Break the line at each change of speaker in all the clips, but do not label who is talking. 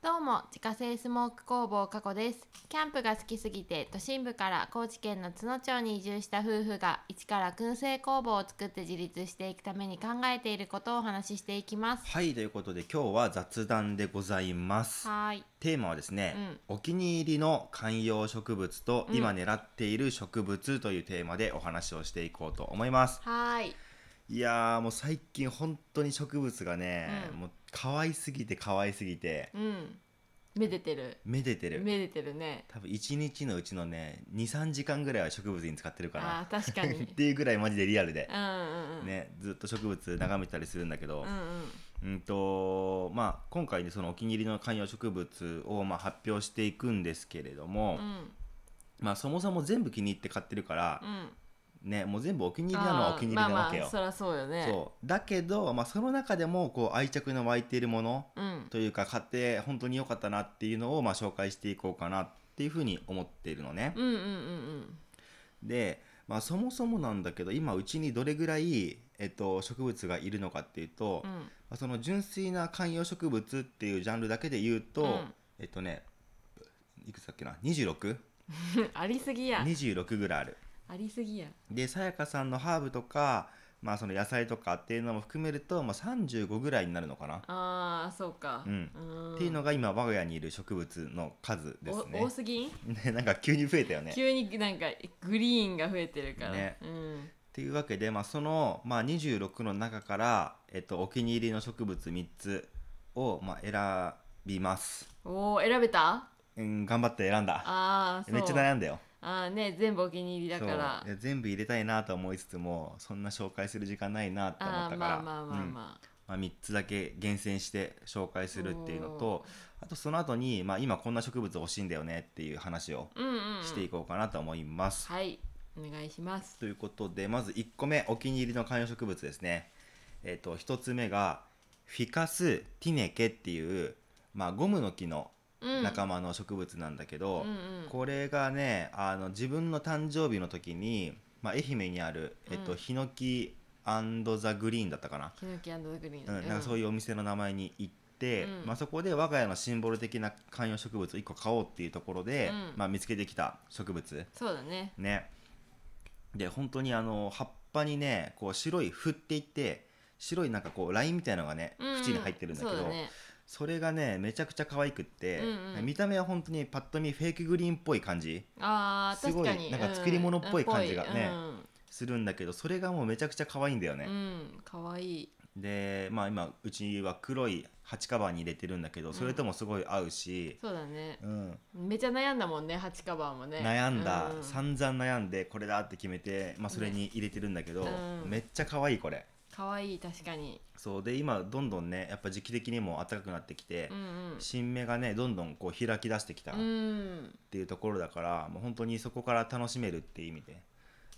どうも自家製スモーク工房加古ですキャンプが好きすぎて都心部から高知県の津野町に移住した夫婦が一から燻製工房を作って自立していくために考えていることをお話ししていきます
はいということで今日は雑談でございます
はーい
テーマはですね、お気に入りの観葉植物と今狙っている植物というテーマでお話をしていこうと思います、
はーい
いやーもう最近本当に植物がね、
うん
もう可愛すぎて可愛すぎて
うんめでてる
めでてる
めでてるね
多分1日のうちのね23時間ぐらいは植物に使ってるかな
あー確か
っ
に
ていうぐらいマジでリアルで
う、んうんうん、
ねずっと植物眺めてたりするんだけ
う
ど、
んうん
うんとまあ、今回ねそのお気に入りの観葉植物をまあ発表していくんですけれど
う
も、
ん
まあ、そもそも全部気に入って買ってるから
う、ん
ね、もう全部お気に入りなの
あ
は
ー
お気に入りなわけよ。
まあまあそりゃそうよね
そうだけど、まあ、その中でもこう愛着の湧いているもの
うん
というか買って本当に良かったなっていうのをまあ紹介していこうかなっていうふうに思っているのね。
うんうんうん
で、まあ、そもそもなんだけど今うちにどれぐらい、えっと、植物がいるのかっていうと、
うん
まあその純粋な観葉植物っていうジャンルだけで言うと、
うん
えっとねいくつだっけな 26?26
うんありすぎや
ぐらいある
ありすぎや
でさやかさんのハーブとか、まあ、その野菜とかっていうのも含めると、まあ、35ぐらいになるのかな、
ああそうか
うん
ん
っていうのが今我が家にいる植物の数です
お
ね
多すぎん、
ねなんか急に増えたよね
急になんかグリーンが増えてるから、
ね
うん
っていうわけで、まあ、その、まあ、26の中から、えっと、お気に入りの植物3つを、まあ、選びます、
おお選べた
うん、頑張って選んだ
ああそう
めっちゃ悩んだよ
ああね全部お気に入りだから
そういや全部入れたいなと思いつつもそんな紹介する時間ないなと思
あ
っ
あ
たか
まあ
ら
まあまあ
うんま
まあ、
あ3つだけ厳選して紹介するっていうのとあとその後に、まあ、今こんな植物欲しいんだよねっていう話を
うん、うんうん
していこうかなと思います、
はいお願いします
ということでまず1個目お気に入りの観葉植物ですねえっ、と1つ目がフィカス・ティネケっていう、まあ、ゴムの木の
うん
仲間の植物なんだけど、
うんうん
これがねあの自分の誕生日の時に、まあ、愛媛にある、えっと
うん
ヒノキザ・グリーンだったかな,、
ヒノキグリーン
うん
だね、
なんかそういうお店の名前に行って、
うん
まあ、そこで我が家のシンボル的な観葉植物を1個買おうっていうところで、
うん
まあ、見つけてきた植物
そうだね
ねで本当にあの葉っぱにねこう白い「ふ」っていって白いなんかこうラインみたいなのがね、
うんうん
縁に入ってるんだけ
そう
ど
だね
それがねめちゃくちゃ可愛くって、
うんうん
見た目は本当にパッと見フェイクグリーンっぽい感じ
あー
すご
確
い
かに
なんか作り物っぽい感じがね
うんうん
するんだけどそれがもうめちゃくちゃ可愛いんだよ
う
ね、
ん、かわいい
でまあ今うちは黒い鉢カバーに入れてるんだけどそれともすごい合うし、
そうだね
うん
めちゃ悩んだもんね鉢カバーもね
悩んだ、
うん
散々悩んでこれだって決めて、まあ、それに入れてるんだけど、
ねうん
めっちゃ可愛いこれ
かわいい確かに
そうで今どんどんねやっぱ時期的にも暖かくなってきて
う、ん
新芽がねどんどんこう開き出してきたっ
うんうん
ていうところだから、もう本当にそこから楽しめるっていう意味で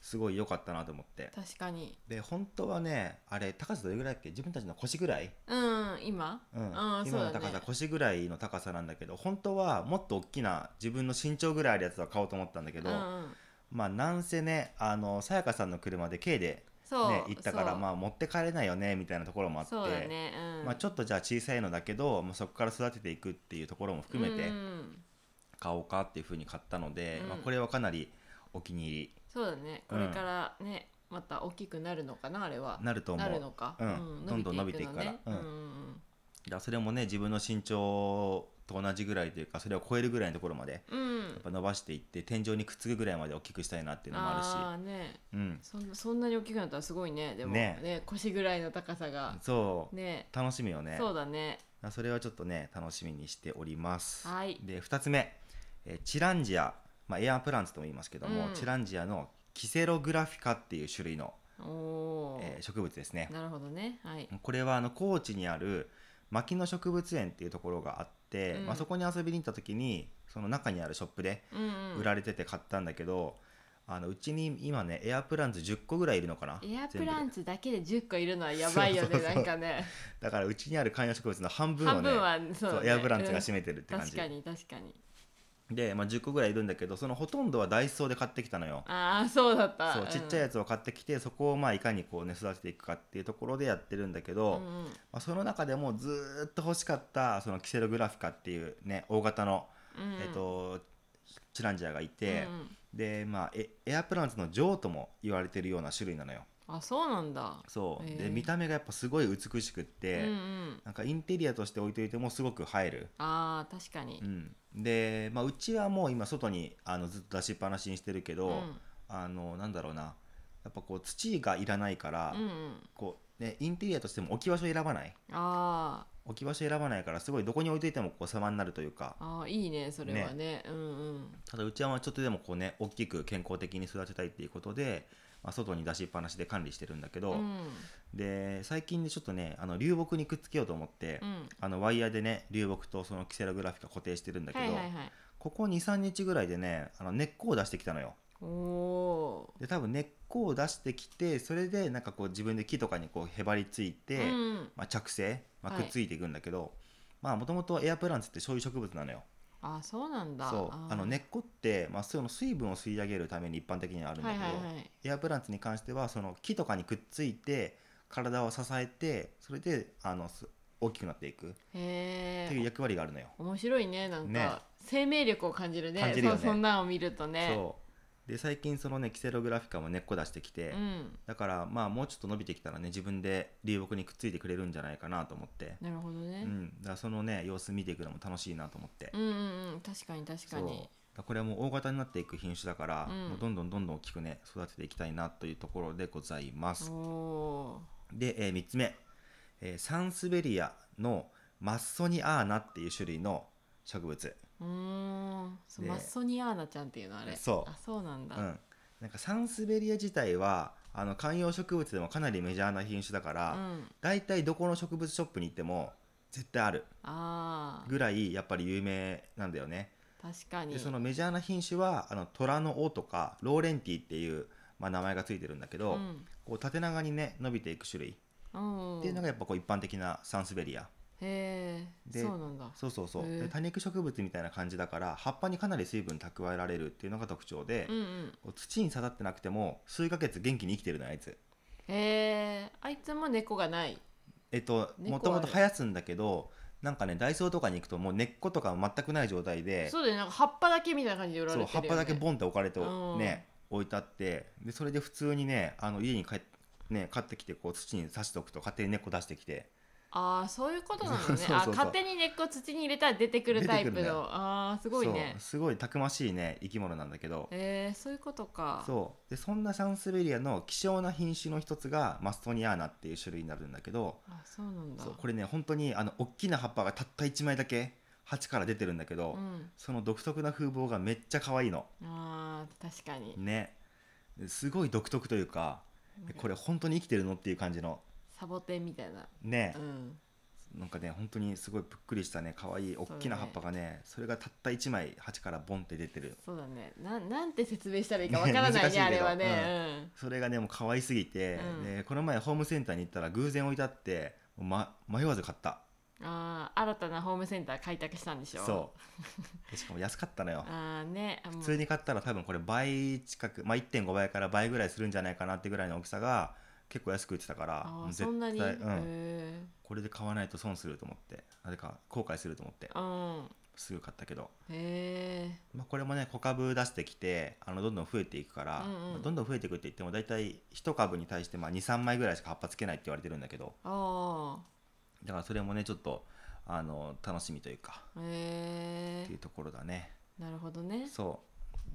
すごい良かったなと思って
確かに
で本当はねあれ高さどれぐらいだっけ自分たちの腰ぐらい
うん今
うん
うん
今の
そうだ
高
ね
さ、腰ぐらいの高さなんだけど本当はもっと大きな自分の身長ぐらいあるやつは買おうと思ったんだけ
うん
ど、
うん
まあなんせねあのさやかさんの車で軽で、
そう
ね、行ったから
そう
まあ持って帰れないよねみたいなところもあって、
そうだねうん
まあ、ちょっとじゃあ小さいのだけど、まあ、そこから育てていくっていうところも含めて
うんうん
買おうかっていうふうに買ったので、
うん
まあ、これはかなりお気に入り
そうだねこれからねまた大きくなるのかなあれは
なると思
なる
う
のか
うんどんどん伸びていくか
の
ら
ね
う
うん
いやそれもね自分の身長と同じぐらいというかそれを超えるぐらいのところまで
うん
やっぱ伸ばしていって天井にくっつくぐらいまで大きくしたいなっていうのもあるし
ああね
うん、
そんそんなに大きくなったらすごいねでも
ね
ね腰ぐらいの高さが
そう、
ね
楽しみよね
そうだね
それはちょっとね楽しみにしております、
はい
で2つ目えーチランジア、まあ、エアープランツとも言いますけども、
うん
チランジアのキセログラフィカっていう種類の、
おお
えー植物ですね
なるほどねはい
これはあの高知にある牧野植物園っていうところがあって、
うん
まあ、そこに遊びに行った時にその中にあるショップで
うんうん
売られてて買ったんだけど、あのうちに今ねエアプランツ10個ぐらいいるのかな
エア
全
プ
部で
ランツだけで10個いるのはやばいよ
そう
ね
そうそう
なんかね
だからうちにある観葉植物の半分 を
半
ね
分はそう
そう
だね
エアプランツが占めてるって感じ、
確かに確かに
で、まあ、10個ぐらいいるんだけどそのほとんどはダイソーで買ってきたのよ
ああそうだった
そうちっちゃいや
つ
つを買ってきてそこをまあいかにこうね育てていくかっていうところでやってるんだけど、
うんうん
まあ、その中でもずーっと欲しかったそのキセログラフィカっていうね大型の、
うん
えっとチランジャーがいて、
うんうん
でまあエエアプランツの女王とも言われてるような種類なのよ
あそうなんだ
そう、
へ
で
ー
見た目がやっぱすごい美しくって、
うんうん
なんかインテリアとして置いといてもすごく映える、
あー確かに
うん、で、まあ、うちはもう今外にあのずっと出しっぱなしにしてるけど、
うん
あのなんだろうなやっぱこう土がいらないから、
うんうん
こうね、インテリアとしても置き場所選ばない
あー
置き場所選ばないからすごいどこに置いといてもこう様になるというか
あーいいねそれはねうんうん
ただうちはまあちょっとでもこうね大きく健康的に育てたいっていうことで、まあ、外に出しっぱなしで管理してるんだけど、
うん
で最近ねちょっとねあの流木にくっつけようと思って、
うん
あのワイヤーでね流木とそのキセラグラフィカ固定してるんだけど、
はいはいはい
ここ23日ぐらいでねあの根っこを出してきたのよ
おお
で多分根っこを出してきてそれでなんかこう自分で木とかにこうへばりついて、
ーうん
まあ、着生、まあ、
は
く
い
っついていくんだけど、まあもともとエアプランツってそういう植物なのよ
あそうなんだ
そうあの根っ
こ
こって、まあ、その水分を吸い上げるために一般的にはあるんだ
は
け
い
ど、
はいはい
エアプランツに関してはその木とかにくっついて体を支えてそれであのす大きくなっていく
へ
っていう
え
役割があるのよ。
面白いねなんか、
ね
生命力を感じるね
感じるよね
そうそんなのを見るとね
そうで最近そのねキセログラフィカも根っこ出してきて、
ん、
だからまあもうちょっと伸びてきたらね自分で流木にくっついてくれるんじゃないかなと思って、
なるほど
う
ね、
ん、だからそのね様子見ていくのも楽しいなと思って、
うん、うんうん確かに確か
そうだ
に
からこれはもう大型になっていく品種だから、
うん
もうどんどんどんどん大きくね育てていきたいなというところでございます
お、お
で、え3つ目、えーサンスベリアのマッソニアーナっていう種類の植物、
ーうーんそう
で
マッソニアーナちゃんっていうのあれ
そう
あそうなんだ、
うん、なんかサンスベリア自体はあの観葉植物でもかなりメジャーな品種だから、
うん
大体どこの植物ショップに行っても絶対ある
あー
ぐらいやっぱり有名なんだよね。
確かに
でそのメジャーな品種はあの虎の尾とかローレンティっていう、まあ、名前がついてるんだけど、
うん
こう縦長にね伸びていく種類
うん、
っていうのがやっぱこう一般的なサンスベリア。
へえ
で
そうなんだ
そうそうそう、
へー
で多肉植物みたいな感じだから葉っぱにかなり水分蓄えられるっていうのが特徴で、
うんうん
こう土に刺さってなくても数ヶ月元気に生きてるのよあいつ。
へえあいつも猫がない
えっと
猫
もとも
あ
と
る
生やすんだけどなんかねダイソーとかに行くともう根っことか全くない状態で
そうだよねなんか葉っぱだけみたいな感じで売ら
そう
れてるよ、
葉っ
ね、
ぱだけボンって置かれて
うん
ね、置いてあってでそれで普通にねあの家に帰っね、買ってきてこう土に刺しておくと勝手に根っこ出してきて
ああそういうことなのね
そうそうそう
あ勝手に根っこ土に入れたら出てくるタイプ
出てくる
の
の
ああす
す
ごいね
すごいたくましいね生き物なんだけど
えー、そういうことか
そうでそんなサンスベリアの希少な品種の一つがマストニアーナっていう種類になるんだけど
あそうなんだ
そうこれね本当にあの大きな葉っぱがたった1枚だけ鉢から出てるんだけど、
うん、
その独特な風貌がめっちゃ可愛いの。
あー確かに
ねすごい独特というかえこれ本当に生きてるのっていう感じの
サボテンみたいな
ね
う、ん
なんかね本当にすごいぷっくりしたね可愛い大きな葉っぱがねそれがたった1枚鉢からボンって出てる
そうだねななんて説明したらいいかわからないね
ね難しいけど
あれはね、
それがねもう可愛すぎて、
うん
でこの前ホームセンターに行ったら偶然置いてあって、もうま、迷わず買った
うん、あー新たなホームセンター開拓したんでしょ
そうでしかも安かったのよ
あーねあもう
普通に買ったら多分これ倍近く、まあ、1.5倍から倍ぐらいするんじゃないかなってぐらいの大きさが結構安く売ってたから
あ
もう
ーそんなに、
うん
え
これで買わないと損すると思ってあれか後悔すると思って
ー、うん
すぐ買ったけど、
へ
まあ、これもね小株出してきてあのどんどん増えていくから、
うんうん
まあどんどん増えていくって言っても大体1株に対して23枚ぐらいしか葉っぱつけないって言われてるんだけど
ー、あ
だからそれもねちょっとあの楽しみというか
ーへ
っていうところだね
ー、なるほどね
そ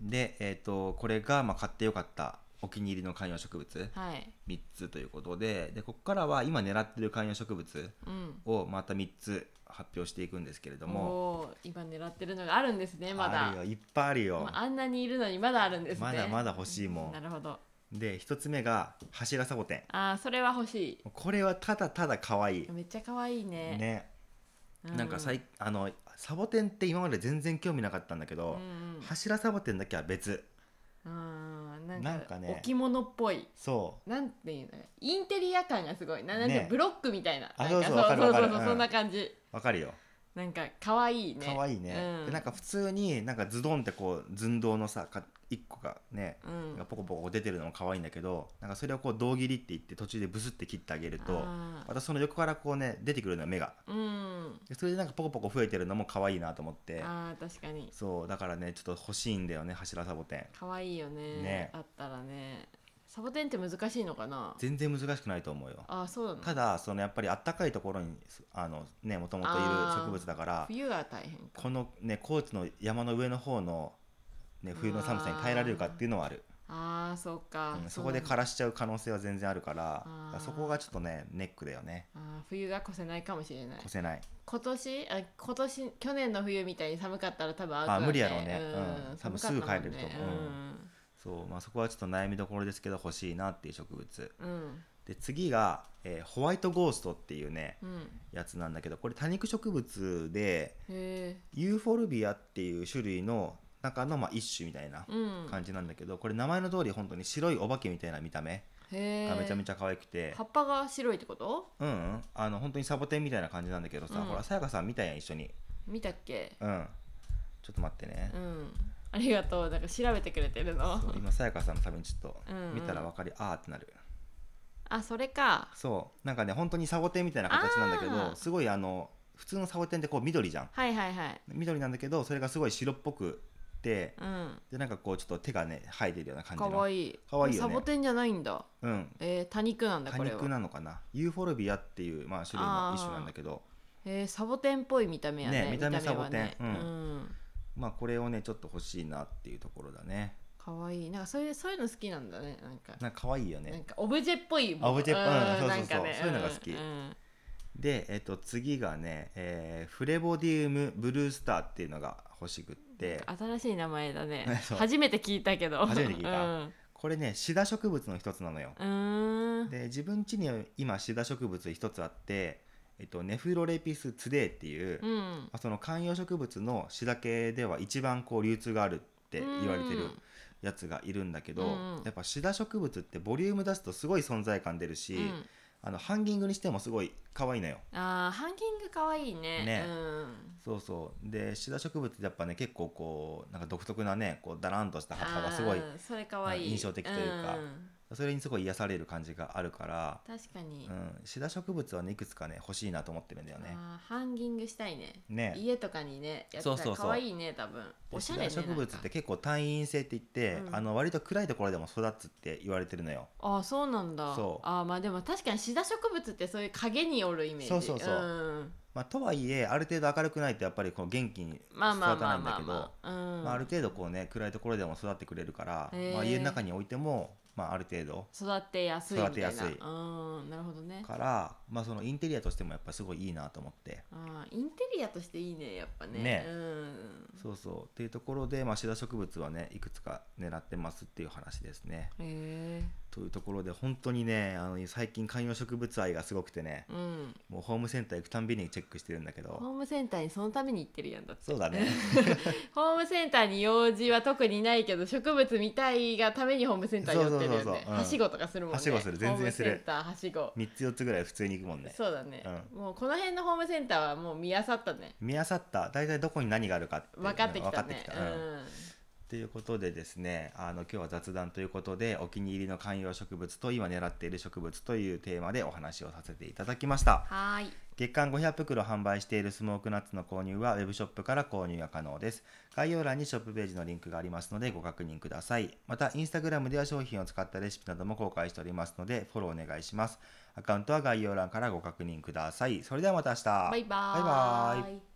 うでえっ、とこれがまあ買ってよかったお気に入りの観葉植物
はい
3つということででここからは今狙ってる観葉植物
うん
をまた3つ発表していくんですけれども
もう今狙ってるのがあるんですねまだ
あるよいっぱいあるよ、
まあ、あんなにいるのにまだあるんですね
まだまだ欲しいもん
なるほど
で一つ目が柱サボテン
ああそれは欲し
これはただただ可愛い
いめっちゃ可愛いね
ね、
う
なんかさいあのサボテンって今まで全然興味なかったんだけ
うん
ど、
うん
柱サボテンだけは別
あーなんか
なんかね
置物っぽい
そ
なんていうのインテリア感がすごいななんていうの
ね
ブロックみたいな
あ
なん
そうそうわかるわかる
そうそうそう
うん
そんな感じ
うわかるよ
なんか可愛いね
可愛いね
うん、
でなんか普通になんかズドンってこう寸胴のさか一個がね、
うん
なんかポコポコ出てるのも可愛いんだけどなんかそれをこう胴切りって言って途中でブスって切ってあげると
あー
またその横からこうね出てくるのよ目が
うん
でそれでなんかポコポコ増えてるのも可愛いなと思って
あー確かに
そうだからねちょっと欲しいんだよね柱サボテン
可愛いよね
ね
あったらねサボテンって難しいのかな
全然難しくないと思うよ
あーそうなの
ただそのやっぱりあったかいところにあのねもともといる植物だから
冬が大変か
このね高知の山の上の方の、ね、冬の寒さに耐えられるかっていうのはある
ああそうか、
うん、そこで
か
枯らしちゃう可能性は全然あるから
あー
だからそこがちょっとねネックだよね
あー冬が越せないかもしれない
越せない
今年あ今年去年の冬みたいに寒かったら多分アウト
あ
だね
無理やろうね
うん
うん多分
寒かったもんね
すぐ帰れると思うそう、まあ、そこはちょっと悩みどころですけど欲しいなっていう植物
うんうん
で次が、えーホワイトゴーストっていうね
うん
やつなんだけどこれ多肉植物で
へえ
ユーフォルビアっていう種類の中の、まあ、一種みたいな
うん
感じなんだけどこれ名前の通り本当に白いお化けみたいな見た目
へえ
がめちゃめちゃ可愛くて
葉、っぱが白いってこと
うんうんあの本当にサボテンみたいな感じなんだけどさ、
うん
ほらさやかさん見たやん一緒に
見たっけ
うんちょっと待ってね
う、んありがとうなんか調べてくれてるの
そう今さやかさんのためにちょっと
うんうん
見たら分かり、あーってなる
あそれか
そうなんかね本当にサボテンみたいな形なんだけ
あ
ど
ー
すごいあの普通のサボテンってこう緑じゃん
はいはいはい
緑なんだけどそれがすごい白っぽくて
うん
でなんかこうちょっと手がね生えてるような感じ
か
の
わいい
可愛いよ
サ
ね
ボテンじゃないんだ
うん
えー、多肉なんだ
多
これは
肉なのかなユーフォルビアっていう、まあ、種類の一種なんだけど
えー、サボテンっぽい見た目やね
ね見た目サボテン
はね
うん
うん
まあこれをねちょっと欲しいなっていうところだね
かわいいなんかそういうそういうの好きなんだねなんか
なんか可愛いよ
なん
ね
かオブジェっぽいもん
あオブジェっぽ
う
い
ん
うん
な
そ
ん
うそうそう
かね
そういうのが好き
ん
で、えっと次がね、えーフレボディウムブルースターっていうのが欲しくって
新しい名前だね
そう
初めて聞いたけど
初めて聞いたこれねシダ植物の一つなのよ
うんうーん
で自分家に今シダ植物一つあって、えっと、ネフロレピスツデーっていう、
う
ま
ん
あ、その観葉植物のシダ系では一番こう流通があるって言われてる
うん
やつがいるんだけど、
うんうん
やっぱシダ植物ってボリューム出すとすごい存在感出るし、
うん
あのハンギングにしてもすごい可愛いのよ。
あーハンギングかわいいね
ね
うん
そうそうでシダ植物ってやっぱね結構こうなんか独特なねこうだらんとした葉っぱがすごい
あーそれかわいい
印象的というか
ん
それにすごい癒される感じがあるから、
確かに
うん、シダ植物はねいくつかね欲しいなと思ってるんだよね。
あーハンギングしたいね
ね
家とかにねやっ
そう
た
そ
ら
うそう
かわいいね多分おしゃれね
シダ植
なん
物
か
って結構単位陰性って言って、
うん
あの割と暗いところでも育つって言われてるのよ。
ああそうなんだ
そう
あーまあでも確かにシダ植物ってそういう影におるイメージ
そうそうそうんまあ、とはいえある程度明るくないとやっぱりこう元気に育
まあ
た
まあま
な
あ
いんだ
まあ
けど
まあ、うん
まあある程度こうね暗いところでも育ってくれるから、
へー
まあ、家の中に置いても、まあ、ある程度
育てやすいみたいな
育てやすい
うんなるほどね
から、まあ、そのインテリアとしてもやっぱすごいいいなと思って。
あーインテリアとしていいねやっぱね
ね
うん
そうそうっていうところで、まあ、シダ植物はねいくつか狙ってますっていう話ですね。
へ
というところで本当にねあの最近観葉植物愛がすごくてね
えうん
もうホームセンター行くたんびにチェックしてるんだけ
ホ
ど
ームセンターにそのために行ってるやんだって
そうだね
ホームセンターに用事は特にないけど植物見たいがためにホームセンター寄ってるよね
そうそうそうそううん
はしごとかするもんね
はしごする全然する
ホームセンターはしご、
3つ4つぐらい普通に行くもんね
そうだね、
う
もうこの辺のホームセンターはもう見あさったね
見あさった大体どこに何があるかっていうの
分
が
かってきた
分か
ね
ってきたうんということでですねあの今日は雑談ということでお気に入りの観葉植物と今狙っている植物というテーマでお話をさせていただきました
うん、はーい
月間500袋販売しているスモークナッツの購入はウェブショップから購入が可能です概要欄にショップページのリンクがありますのでご確認くださいまたインスタグラムでは商品を使ったレシピなども公開しておりますのでフォローお願いしますアカウントは概要欄からご確認くださいそれではまた明日
バイバー
バイバーイ
イ